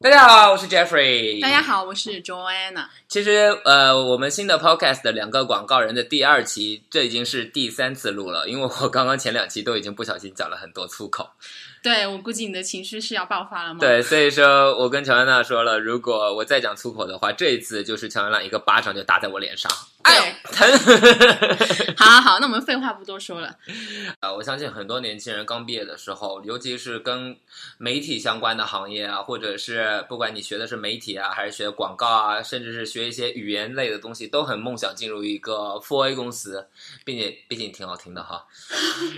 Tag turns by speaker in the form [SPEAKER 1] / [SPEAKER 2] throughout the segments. [SPEAKER 1] 大家好，我是 Jeffrey。
[SPEAKER 2] 大家好，我是 Joanna。
[SPEAKER 1] 其实呃，我们新的 Podcast 的两个广告人的第二期，这已经是第三次录了，因为我刚刚前两期都已经不小心讲了很多粗口。
[SPEAKER 2] 对，我估计你的情绪是要爆发了吗？
[SPEAKER 1] 对，所以说我跟乔安娜说了，如果我再讲粗口的话，这一次就是乔安娜一个巴掌就打在我脸上。
[SPEAKER 2] 对，
[SPEAKER 1] 哎呦，疼！
[SPEAKER 2] 好好好，那我们废话不多说了。
[SPEAKER 1] 啊，我相信很多年轻人刚毕业的时候，尤其是跟媒体相关的行业啊，或者是不管你学的是媒体啊，还是学广告啊，甚至是学一些语言类的东西，都很梦想进入一个 4A 公司，并且毕竟挺好听的哈。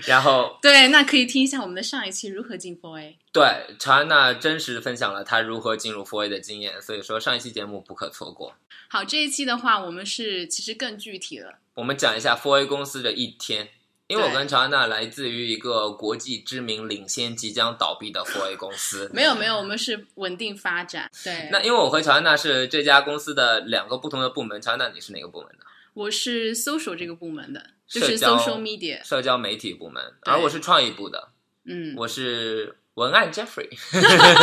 [SPEAKER 1] 然后
[SPEAKER 2] 对，那可以听一下我们的上一期如何进哎 Four A。
[SPEAKER 1] 对乔安娜真实分享了她如何进入 4A 的经验，所以说上一期节目不可错过。
[SPEAKER 2] 好，这一期的话，我们是其实更具体了。
[SPEAKER 1] 我们讲一下 4A 公司的一天，因为我
[SPEAKER 2] 对
[SPEAKER 1] 跟乔安娜来自于一个国际知名、领先即将倒闭的 4A 公司。
[SPEAKER 2] 没有没有，我们是稳定发展。对，
[SPEAKER 1] 那因为我和乔安娜是这家公司的两个不同的部门，乔安娜你是哪个部门的？
[SPEAKER 2] 我是搜索这个部门的，就是
[SPEAKER 1] 社交
[SPEAKER 2] social media。
[SPEAKER 1] 社交媒体部门，
[SPEAKER 2] 对
[SPEAKER 1] 而我是创意部的，
[SPEAKER 2] 嗯，
[SPEAKER 1] 我是文案 Jeffrey。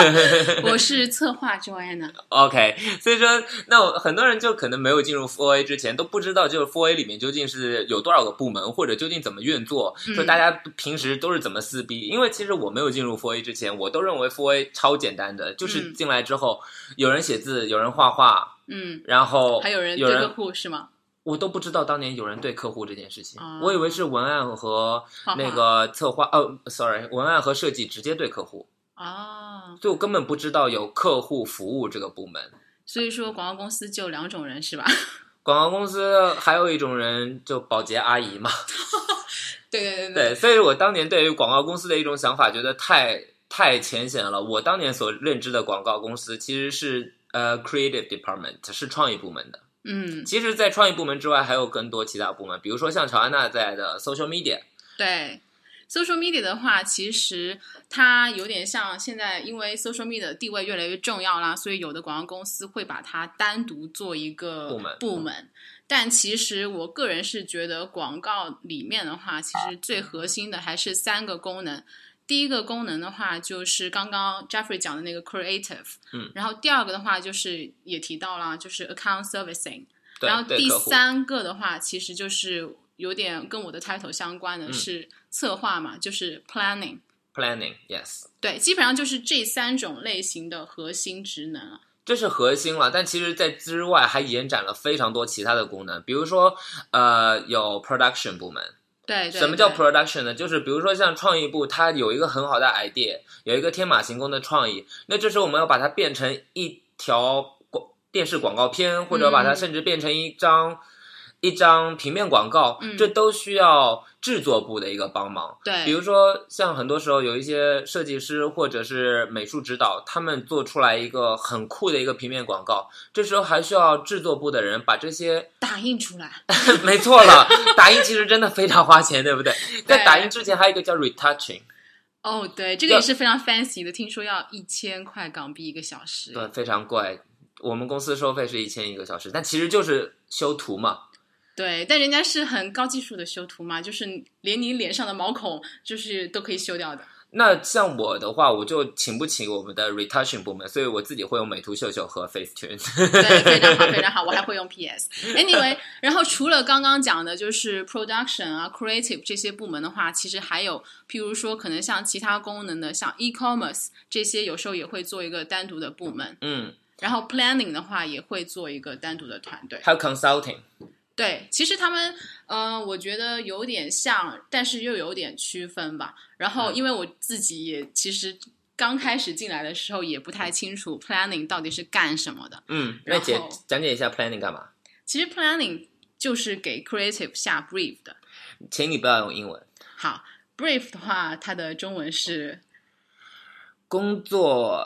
[SPEAKER 2] 我是策划 Joanna。
[SPEAKER 1] OK，所以说，那我很多人就可能没有进入 4A 之前都不知道，就是 4A 里面究竟是有多少个部门，或者究竟怎么运作，
[SPEAKER 2] 嗯
[SPEAKER 1] 就大家平时都是怎么撕逼。因为其实我没有进入 4A 之前，我都认为 4A 超简单的，就是
[SPEAKER 2] 嗯
[SPEAKER 1] 进来之后，有人写字，有人画画。
[SPEAKER 2] 嗯，
[SPEAKER 1] 然后
[SPEAKER 2] 还有人
[SPEAKER 1] 哦有
[SPEAKER 2] 对
[SPEAKER 1] 人
[SPEAKER 2] 客户是吗？
[SPEAKER 1] 我都不知道当年有人对客户这件事情，
[SPEAKER 2] 啊
[SPEAKER 1] 我以为是文案和
[SPEAKER 2] 画画
[SPEAKER 1] 那个策划，哦，sorry，文案和设计直接对客户，
[SPEAKER 2] 哦，
[SPEAKER 1] 所以我根本不知道有客户服务这个部门。
[SPEAKER 2] 所以说广告公司就有两种人是吧？
[SPEAKER 1] 广告公司还有一种人就保洁阿姨嘛，
[SPEAKER 2] 对对对
[SPEAKER 1] 对，所以我当年对于广告公司的一种想法，觉得太太浅显了。我当年所认知的广告公司其实是呃 creative department，是创意部门的。
[SPEAKER 2] 嗯，
[SPEAKER 1] 其实，在创意部门之外，还有更多其他部门，比如说像乔安娜在的 social media，
[SPEAKER 2] 对，social media 的话，其实它有点像现在，因为 social media 的地位越来越重要啦，所以有的广告公司会把它单独做一个
[SPEAKER 1] 部门嗯
[SPEAKER 2] 部门。但其实我个人是觉得，广告里面的话，其实最核心的还是三个功能。第一个功能的话，就是刚刚 Jeffrey 讲的那个 creative，
[SPEAKER 1] 嗯，
[SPEAKER 2] 然后第二个的话，就是也提到了，就是 account servicing，
[SPEAKER 1] 对，
[SPEAKER 2] 然后
[SPEAKER 1] 对
[SPEAKER 2] 第
[SPEAKER 1] 客户
[SPEAKER 2] 三个的话，其实就是有点跟我的 title 相关的
[SPEAKER 1] 嗯
[SPEAKER 2] 是策划嘛，就是 planning。
[SPEAKER 1] planning，yes，
[SPEAKER 2] 对，基本上就是这三种类型的核心职能了。
[SPEAKER 1] 这是核心了，但其实在之外还延展了非常多其他的功能，比如说，呃，有 production 部门。
[SPEAKER 2] 对，对
[SPEAKER 1] 什么叫
[SPEAKER 2] 对
[SPEAKER 1] production 呢？就是比如说像创意部，它有一个很好的 idea，有一个天马行空的创意，那这时候我们要把它变成一条广电视广告片，或者把它
[SPEAKER 2] 嗯
[SPEAKER 1] 甚至变成一张、一张平面广告，
[SPEAKER 2] 嗯
[SPEAKER 1] 这都需要制作部的一个帮忙。
[SPEAKER 2] 对，
[SPEAKER 1] 比如说，像很多时候有一些设计师或者是美术指导，他们做出来一个很酷的一个平面广告，这时候还需要制作部的人把这些，
[SPEAKER 2] 打印出来。
[SPEAKER 1] 没错了，打印其实真的非常花钱，对不对？在打印之前还有一个叫 retouching，
[SPEAKER 2] 哦，对，这个也
[SPEAKER 1] 对
[SPEAKER 2] 是非常 fancy 的，听说要一千块港币一个小时。
[SPEAKER 1] 对，非常贵。我们公司收费是一千一个小时，但其实就是修图嘛。
[SPEAKER 2] 对，但人家是很高技术的修图嘛，就是连你脸上的毛孔就是都可以修掉的。
[SPEAKER 1] 那像我的话，我就请不起我们的 retouching 部门，所以我自己会用美图秀秀和 Facetune。
[SPEAKER 2] 对，非常好，非常好，我还会用 PS。Anyway，然后除了刚刚讲的，就是 production 啊、creative 这些部门的话，其实还有，譬如说可能像其他功能的，像 e-commerce 这些，有时候也会做一个单独的部门。
[SPEAKER 1] 嗯，
[SPEAKER 2] 然后 planning 的话，也会做一个单独的团 队。
[SPEAKER 1] 还有 consulting。
[SPEAKER 2] 对，其实他们，呃，我觉得有点像，但是又有点区分吧。然后，
[SPEAKER 1] 嗯
[SPEAKER 2] 因为我自己也其实刚开始进来的时候，也不太清楚 planning 到底是干什么的。
[SPEAKER 1] 嗯，那姐
[SPEAKER 2] 然后
[SPEAKER 1] 讲解一下 planning 干嘛？
[SPEAKER 2] 其实 planning 就是给 creative 下 brief 的。
[SPEAKER 1] 请你不要用英文。
[SPEAKER 2] 好，brief 的话，它的中文是
[SPEAKER 1] 工作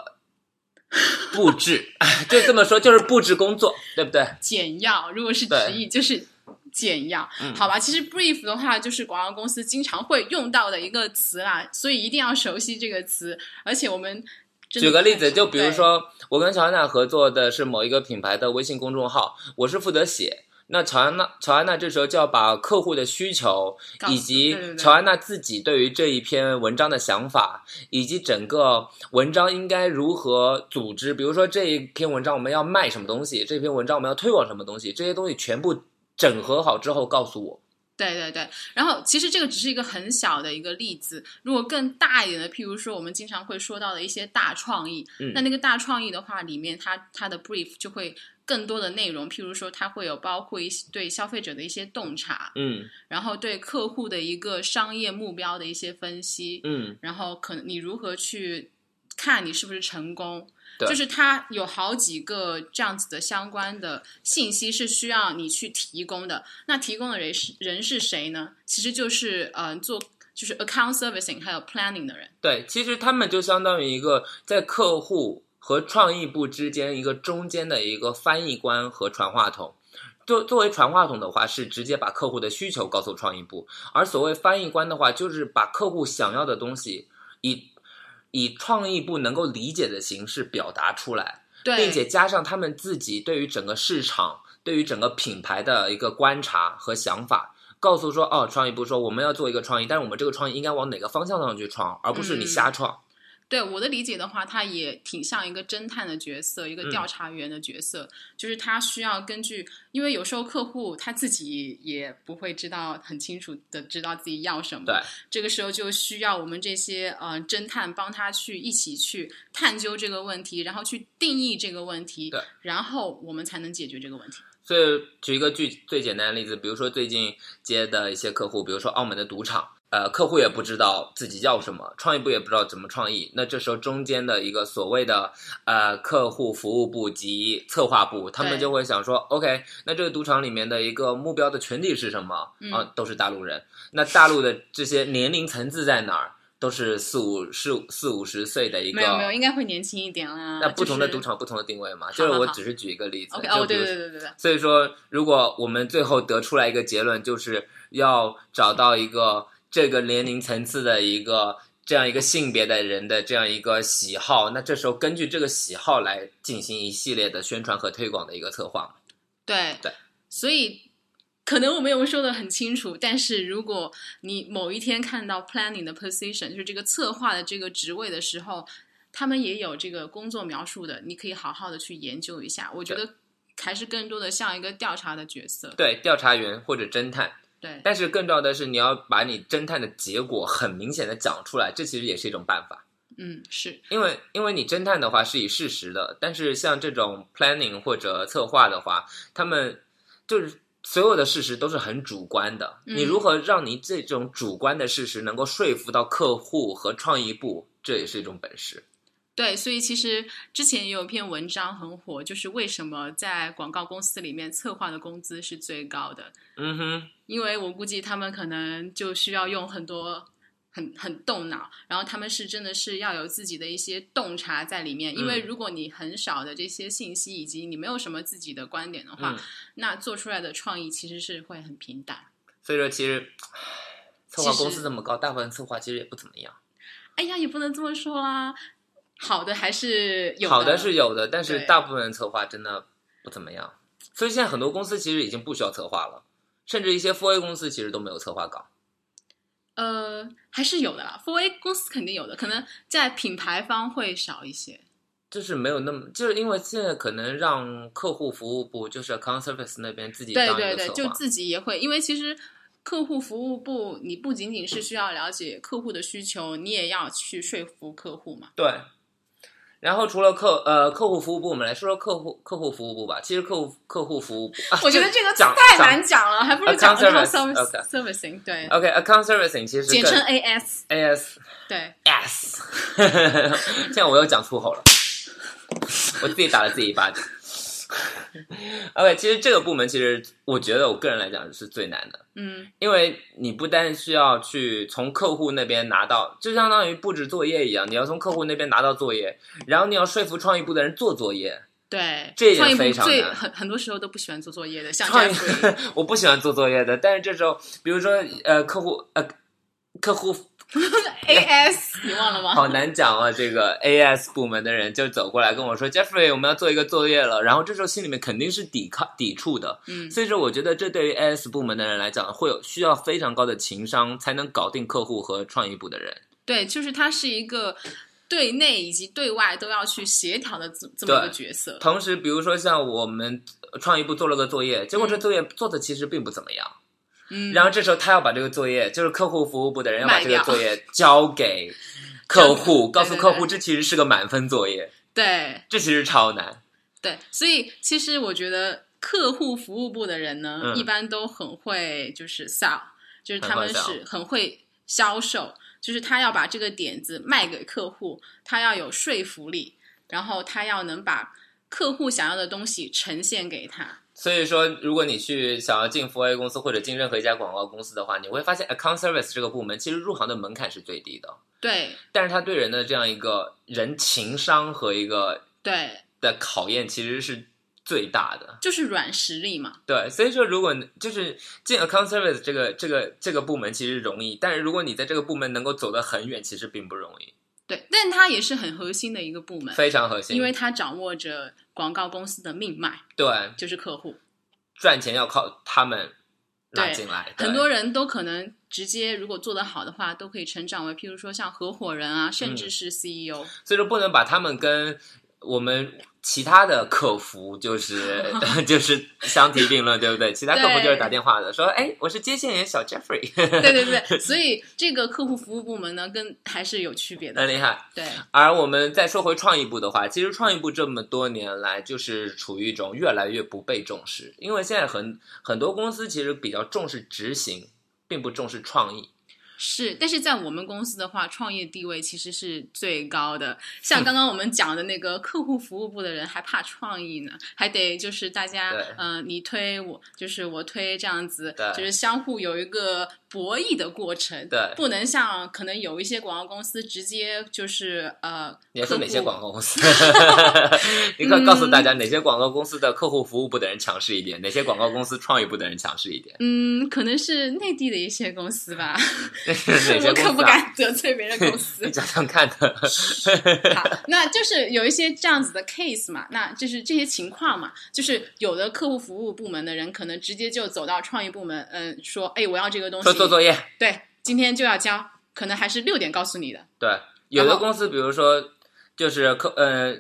[SPEAKER 1] 布置， 啊就这么说，就是布置工 作，对不对？
[SPEAKER 2] 简要，如果是直
[SPEAKER 1] 对
[SPEAKER 2] 译就是简要
[SPEAKER 1] 嗯，
[SPEAKER 2] 好吧？其实 brief 的话，就是广告公司经常会用到的一个词啦，所以一定要熟悉这个词。而且我们真的
[SPEAKER 1] 举个例
[SPEAKER 2] 太
[SPEAKER 1] 子，
[SPEAKER 2] 熟
[SPEAKER 1] 就比如
[SPEAKER 2] 对
[SPEAKER 1] 说我跟乔安娜合作的是某一个品牌的微信公众号，我是负责写。那乔安娜，乔安娜这时候就要把客户的需求，
[SPEAKER 2] 告诉
[SPEAKER 1] 以及
[SPEAKER 2] 对对对
[SPEAKER 1] 乔安娜自己对于这一篇文章的想法，以及整个文章应该如何组织。比如说这一篇文章我们要卖什么东西，这篇文章我们要推广什么东西，这些东西全部整合好之后告诉我。
[SPEAKER 2] 对对对，然后其实这个只是一个很小的一个例子，如果更大一点的，譬如说我们经常会说到的一些大创意，
[SPEAKER 1] 嗯
[SPEAKER 2] 那那个大创意的话，里面它它的 brief 就会更多的内容，譬如说它会有包括一些对消费者的一些洞察，
[SPEAKER 1] 嗯
[SPEAKER 2] 然后对客户的一个商业目标的一些分析，
[SPEAKER 1] 嗯，
[SPEAKER 2] 然后可能你如何去看你是不是成功，
[SPEAKER 1] 对
[SPEAKER 2] 就是它有好几个这样子的相关的信息是需要你去提供的。那提供的人是人是谁呢？其实就是呃做就是 account servicing 还有 planning 的人。
[SPEAKER 1] 对，其实他们就相当于一个在客户和创意部之间一个中间的一个翻译官和传话筒。作作为传话筒的话，是直接把客户的需求告诉创意部；而所谓翻译官的话，就是把客户想要的东西以以创意部能够理解的形式表达出来，
[SPEAKER 2] 对，
[SPEAKER 1] 并且加上他们自己对于整个市场、对于整个品牌的一个观察和想法，告诉说哦，创意部说我们要做一个创意，但是我们这个创意应该往哪个方向上去创，而不是你
[SPEAKER 2] 嗯
[SPEAKER 1] 瞎创。
[SPEAKER 2] 对我的理解的话，他也挺像一个侦探的角色，一个
[SPEAKER 1] 嗯
[SPEAKER 2] 调查员的角色，就是他需要根据，因为有时候客户他自己也不会知道很清楚的知道自己要什么，
[SPEAKER 1] 对，
[SPEAKER 2] 这个时候就需要我们这些呃侦探帮他去一起去探究这个问题，然后去定义这个问题
[SPEAKER 1] 对，
[SPEAKER 2] 然后我们才能解决这个问题。
[SPEAKER 1] 所以举一个最最简单的例子，比如说最近接的一些客户，比如说澳门的赌场，呃，客户也不知道自己要什么，创意部也不知道怎么创意。那这时候中间的一个所谓的呃客户服务部及策划部，他们
[SPEAKER 2] 对
[SPEAKER 1] 就会想说，OK，那这个赌场里面的一个目标的群体是什么？啊、
[SPEAKER 2] 嗯
[SPEAKER 1] 都是大陆人。那大陆的这些年龄层次在哪儿？都是四五四五四五十岁的一个
[SPEAKER 2] 没有没有，应该会年轻一点啦。
[SPEAKER 1] 那不同的
[SPEAKER 2] 就是
[SPEAKER 1] 赌场不同的定位嘛，
[SPEAKER 2] 好
[SPEAKER 1] 就是
[SPEAKER 2] 好
[SPEAKER 1] 我
[SPEAKER 2] 好
[SPEAKER 1] 只是举一个例子。
[SPEAKER 2] ，OK，
[SPEAKER 1] 就
[SPEAKER 2] 哦，
[SPEAKER 1] 比
[SPEAKER 2] 对
[SPEAKER 1] 如
[SPEAKER 2] 对对对对，
[SPEAKER 1] 所以说，如果我们最后得出来一个结论，就是要找到一个这个年龄层次的一个这样一个性别的人的这样一个喜好，那这时候根据这个喜好来进行一系列的宣传和推广的一个策划嘛。
[SPEAKER 2] 对
[SPEAKER 1] 对，
[SPEAKER 2] 所以可能我没有说的很清楚，但是如果你某一天看到 planning 的 position，就是这个策划的这个职位的时候，他们也有这个工作描述的，你可以好好的去研究一下。我觉得还是更多的像一个调查的角色，
[SPEAKER 1] 对，调查员或者侦探，
[SPEAKER 2] 对
[SPEAKER 1] 但是更重要的是，你要把你侦探的结果很明显的讲出来，这其实也是一种办法。
[SPEAKER 2] 嗯，是
[SPEAKER 1] 因为因为你侦探的话是以事实的，但是像这种 planning 或者策划的话，他们就是所有的事实都是很主观的。
[SPEAKER 2] 嗯
[SPEAKER 1] 你如何让你这种主观的事实能够说服到客户和创意部，这也是一种本事。
[SPEAKER 2] 对，所以其实之前也有一篇文章很火，就是为什么在广告公司里面策划的工资是最高的，
[SPEAKER 1] 嗯哼，
[SPEAKER 2] 因为我估计他们可能就需要用很多很很动脑，然后他们是真的是要有自己的一些洞察在里面，因为
[SPEAKER 1] 嗯
[SPEAKER 2] 如果你很少的这些信息，以及你没有什么自己的观点的话，
[SPEAKER 1] 嗯，
[SPEAKER 2] 那做出来的创意其实是会很平淡。
[SPEAKER 1] 所以说其实策划
[SPEAKER 2] 其实
[SPEAKER 1] 公司这么高，大部分策划其实也不怎么样。
[SPEAKER 2] 哎呀，也不能这么说啦，好的还是有
[SPEAKER 1] 好的是有的，但是
[SPEAKER 2] 对
[SPEAKER 1] 大部分策划真的不怎么样。所以现在很多公司其实已经不需要策划了，甚至一些 4A 公司其实都没有策划稿。
[SPEAKER 2] 呃还是有的啦。f o r A 公司肯定有的，可能在品牌方会少一些。
[SPEAKER 1] 就是没有那么，就是因为现在可能让客户服务部就是 account service 那边自己当
[SPEAKER 2] 对
[SPEAKER 1] 一
[SPEAKER 2] 对
[SPEAKER 1] 个
[SPEAKER 2] 对，
[SPEAKER 1] 策划，
[SPEAKER 2] 就自己也会，因为其实客户服务部，你不仅仅是需要了解客户的需求，你也要去说服客户嘛。
[SPEAKER 1] 对。然后除了客呃客户服务部，我们来说说客户客户服务部吧。其实客户客户服务部，啊、
[SPEAKER 2] 我觉得这个
[SPEAKER 1] 讲
[SPEAKER 2] 太
[SPEAKER 1] 讲啊
[SPEAKER 2] 难讲了，还不如
[SPEAKER 1] Account
[SPEAKER 2] 讲 account
[SPEAKER 1] service，
[SPEAKER 2] service-
[SPEAKER 1] okay
[SPEAKER 2] servicing，对，
[SPEAKER 1] OK account servicing 其实
[SPEAKER 2] 简
[SPEAKER 1] 更
[SPEAKER 2] 称 AS，
[SPEAKER 1] AS
[SPEAKER 2] 对
[SPEAKER 1] S，这样我又讲粗口了，我自己打了自己一巴掌。OK，其实这个部门其实我觉得我个人来讲是最难的。
[SPEAKER 2] 嗯，
[SPEAKER 1] 因为你不单是要去从客户那边拿到，就相当于布置作业一样，你要从客户那边拿到作业，然后你要说服创意部的人做作业。
[SPEAKER 2] 对，
[SPEAKER 1] 这一点
[SPEAKER 2] 创意部
[SPEAKER 1] 非常
[SPEAKER 2] 最
[SPEAKER 1] 难
[SPEAKER 2] 很很多时候都不喜欢做作业的，像
[SPEAKER 1] 创意
[SPEAKER 2] Jeffrey，
[SPEAKER 1] 我不喜欢做作业的，但是这时候，比如说呃，客户呃客户
[SPEAKER 2] AS，你忘了吗？
[SPEAKER 1] 好难讲啊！这个 AS 部门的人就走过来跟我说：“Jeffrey，我们要做一个作业了。”然后这时候心里面肯定是抵抗、抵触的。
[SPEAKER 2] 嗯，
[SPEAKER 1] 所以说，我觉得这对于 AS 部门的人来讲，会有需要非常高的情商才能搞定客户和创意部的人。
[SPEAKER 2] 对，就是他是一个对内以及对外都要去协调的这这么一个
[SPEAKER 1] 对
[SPEAKER 2] 角色。
[SPEAKER 1] 同时，比如说像我们呃创意部做了个作业，结果这
[SPEAKER 2] 嗯
[SPEAKER 1] 作业做的其实并不怎么样。
[SPEAKER 2] 嗯，
[SPEAKER 1] 然后这时候他要把这个作业，就是客户服务部的人要把
[SPEAKER 2] 卖
[SPEAKER 1] 这个
[SPEAKER 2] 掉
[SPEAKER 1] 作业交 给客户，
[SPEAKER 2] 对
[SPEAKER 1] 告诉客户
[SPEAKER 2] 对
[SPEAKER 1] 这其实是个满分作业，
[SPEAKER 2] 对
[SPEAKER 1] 这其实超难。
[SPEAKER 2] 对，所以其实我觉得客户服务部的人呢，
[SPEAKER 1] 嗯
[SPEAKER 2] 一般都很会就是 sell，就是他们
[SPEAKER 1] 很会
[SPEAKER 2] 是很会销售，就是他要把这个点子卖给客户，他要有说服力，然后他要能把客户想要的东西呈现给他。
[SPEAKER 1] 所以说，如果你去想要进 4A 公司或者进任何一家广告公司的话，你会发现 account service 这个部门其实入行的门槛是最低的，
[SPEAKER 2] 对
[SPEAKER 1] 但是他对人的这样一个人情商和一个
[SPEAKER 2] 对，
[SPEAKER 1] 的考验其实是最大的。
[SPEAKER 2] 就是软实力嘛。
[SPEAKER 1] 对，所以说如果你就是进 account service 这个这个这个部门其实容易，但是如果你在这个部门能够走得很远，其实并不容易，
[SPEAKER 2] 对，但它也是很核心的一个部门，
[SPEAKER 1] 非常核心。
[SPEAKER 2] 因为它掌握着广告公司的命脉，
[SPEAKER 1] 对
[SPEAKER 2] 就是客户。
[SPEAKER 1] 赚钱要靠他们拿
[SPEAKER 2] 对
[SPEAKER 1] 进来，对
[SPEAKER 2] 很多人都可能直接，如果做得好的话，都可以成长为，譬如说像合伙人啊，甚至是 CEO。
[SPEAKER 1] 所以说不能把他们跟我们其他的客服就是 就是相提并论，对不对？其他客服
[SPEAKER 2] 对
[SPEAKER 1] 就是打电话的，说哎，我是接线员小 Jeffrey，
[SPEAKER 2] 对对对，所以这个客户服务部门呢，跟还是有区别
[SPEAKER 1] 很
[SPEAKER 2] 的。
[SPEAKER 1] 厉害。
[SPEAKER 2] 对
[SPEAKER 1] 而我们再说回创意部的话，其实创意部这么多年来就是处于一种越来越不被重视，因为现在很很多公司其实比较重视执行，并不重视创意。
[SPEAKER 2] 是，但是在我们公司的话，创业地位其实是最高的。像刚刚我们讲的那个客户服务部的人，还怕创意呢，还得就是大家
[SPEAKER 1] 对，
[SPEAKER 2] 呃，你推我，就是我推这样子
[SPEAKER 1] 对，
[SPEAKER 2] 就是相互有一个博弈的过程。
[SPEAKER 1] 对
[SPEAKER 2] 不能像可能有一些广告公司直接就是呃，
[SPEAKER 1] 你要说哪些
[SPEAKER 2] 告？
[SPEAKER 1] 广告公 司？你可以告诉大家哪些广告公司的客户服务部的人强势一点，哪些广告公司创意部的人强势一点，
[SPEAKER 2] 嗯，可能是内地的一些公司吧，
[SPEAKER 1] 哪些公司、啊？
[SPEAKER 2] 我可不敢得罪别的公 司
[SPEAKER 1] 你。想想看的，
[SPEAKER 2] 好，那就是有一些这样子的 case 嘛，那就是这些情况嘛，就是有的客户服务部门的人可能直接就走到创意部门，嗯，说，哎，我要这个东西，
[SPEAKER 1] 说做作 业，
[SPEAKER 2] 对，今天就要交，可能还是六点告诉你的，
[SPEAKER 1] 对，有的
[SPEAKER 2] 然后
[SPEAKER 1] 公司，比如说就是客呃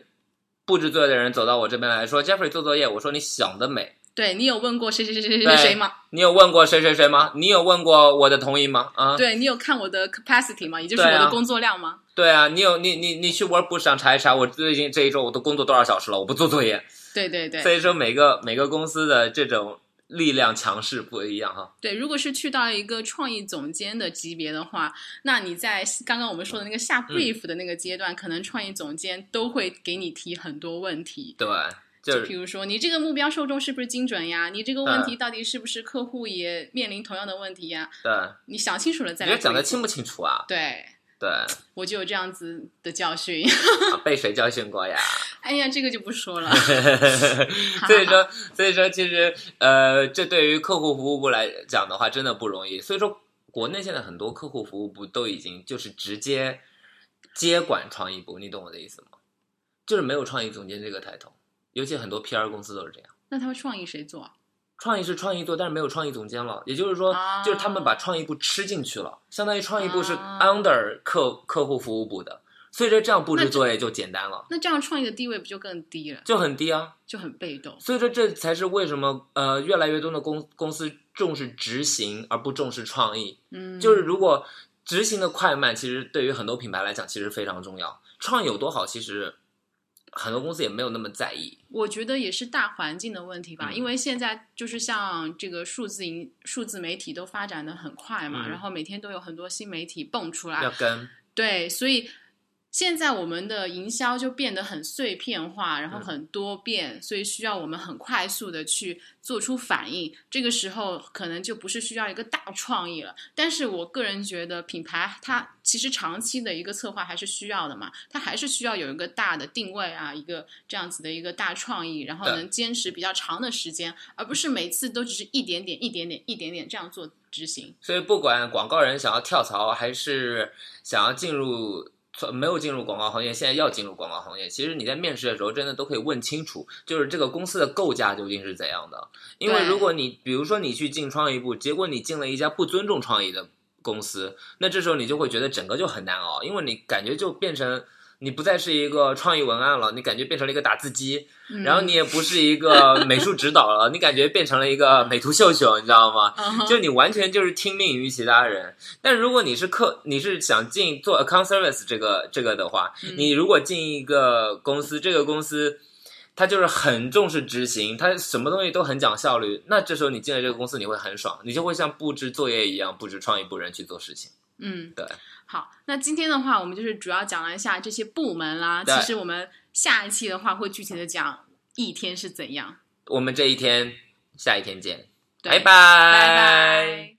[SPEAKER 1] 布置作业的人走到我这边来说，Jeffrey 做作业，我说你想得美。
[SPEAKER 2] 对你有问过谁谁谁谁谁谁吗？
[SPEAKER 1] 你有问过谁谁谁吗？你有问过我的同意吗？啊，
[SPEAKER 2] 对你有看我的 capacity 吗？也就是我
[SPEAKER 1] 对啊
[SPEAKER 2] 的工作量吗？
[SPEAKER 1] 对啊，你有你你你去 Workbook 上查一查，我最近这一周我都工作多少小时了？我不做作业，
[SPEAKER 2] 对对对
[SPEAKER 1] 所以说每个每个公司的这种力量强势不一样哈。
[SPEAKER 2] 对，如果是去到一个创意总监的级别的话，那你在刚刚我们说的那个下 brief 的那个阶段，可能创意总监都会给你提很多问题。
[SPEAKER 1] 对，嗯就
[SPEAKER 2] 就是比如说，你这个目标受众是不是精准呀？你这个问题到底是不是客户也面临同样的问题呀？
[SPEAKER 1] 对，
[SPEAKER 2] 你想清楚了
[SPEAKER 1] 你
[SPEAKER 2] 再
[SPEAKER 1] 觉
[SPEAKER 2] 来
[SPEAKER 1] 得讲的
[SPEAKER 2] 回复
[SPEAKER 1] 清不清楚啊？
[SPEAKER 2] 对，
[SPEAKER 1] 对，啊
[SPEAKER 2] 我就有这样子的教训。
[SPEAKER 1] 被谁教训过呀？
[SPEAKER 2] 哎呀，这个就不说了。
[SPEAKER 1] 所以说，所以说，其实呃，这对于客户服务部来讲的话，真的不容易。所以说，国内现在很多客户服务部都已经就是直接接管创意部，你懂我的意思吗？就是没有创意总监这个抬头，尤其很多 PR 公司都是这样。
[SPEAKER 2] 那他们创意谁做啊？
[SPEAKER 1] 创意是创意做，但是没有创意总监了，也就是说，
[SPEAKER 2] 啊
[SPEAKER 1] 就是他们把创意部吃进去了，相当于创意部是
[SPEAKER 2] 啊
[SPEAKER 1] under 客客户服务部的，所以说这样布置作业就简单了，
[SPEAKER 2] 那这样创意的地位不就更低了？
[SPEAKER 1] 就很低啊。
[SPEAKER 2] 就很被动。
[SPEAKER 1] 所以说，这才是为什么呃，越来越多的公公司重视执行而不重视创意。
[SPEAKER 2] 嗯，
[SPEAKER 1] 就是如果执行的快慢，其实对于很多品牌来讲，其实非常重要。创意有多好，其实很多公司也没有那么在意。
[SPEAKER 2] 我觉得也是大环境的问题吧，
[SPEAKER 1] 嗯
[SPEAKER 2] 因为现在就是像这个数字营、数字媒体都发展的很快嘛，
[SPEAKER 1] 嗯
[SPEAKER 2] 然后每天都有很多新媒体蹦出
[SPEAKER 1] 要
[SPEAKER 2] 来，
[SPEAKER 1] 跟
[SPEAKER 2] 对，所以现在我们的营销就变得很碎片化，然后
[SPEAKER 1] 嗯
[SPEAKER 2] 很多变，所以需要我们很快速的去做出反应。这个时候可能就不是需要一个大创意了，但是我个人觉得品牌它其实长期的一个策划还是需要的嘛，它还是需要有一个大的定位啊，一个这样子的一个大创意，然后
[SPEAKER 1] 对
[SPEAKER 2] 能坚持比较长的时间，而不是每次都只是一点点、一点点、一点点这样做执行。
[SPEAKER 1] 所以不管广告人想要跳槽，还是想要进入没有进入广告行业，现在要进入广告行业，其实你在面试的时候真的都可以问清楚，就是这个公司的构架究竟是怎样的。因为
[SPEAKER 2] 对
[SPEAKER 1] 如果你比如说你去进创意部，结果你进了一家不尊重创意的公司，那这时候你就会觉得整个就很难熬，因为你感觉就变成。你不再是一个创意文案了，你感觉变成了一个打字机，
[SPEAKER 2] 嗯
[SPEAKER 1] 然后你也不是一个美术指导了，你感觉变成了一个美图秀秀，你知道吗？
[SPEAKER 2] 嗯哼
[SPEAKER 1] 就你完全就是听命于其他人。但如果你是客，你是想进做 account service 这个这个的话，
[SPEAKER 2] 嗯
[SPEAKER 1] 你如果进一个公司，这个公司它就是很重视执行，它什么东西都很讲效率，那这时候你进了这个公司，你会很爽，你就会像布置作业一样布置创意部人去做事情。
[SPEAKER 2] 嗯，
[SPEAKER 1] 对。
[SPEAKER 2] 好，那今天的话，我们就是主要讲了一下这些部门啦。
[SPEAKER 1] 对
[SPEAKER 2] 其实我们下一期的话会具体的讲一天是怎样。
[SPEAKER 1] 我们这一天，下一天见，
[SPEAKER 2] 对
[SPEAKER 1] 拜
[SPEAKER 2] 拜拜。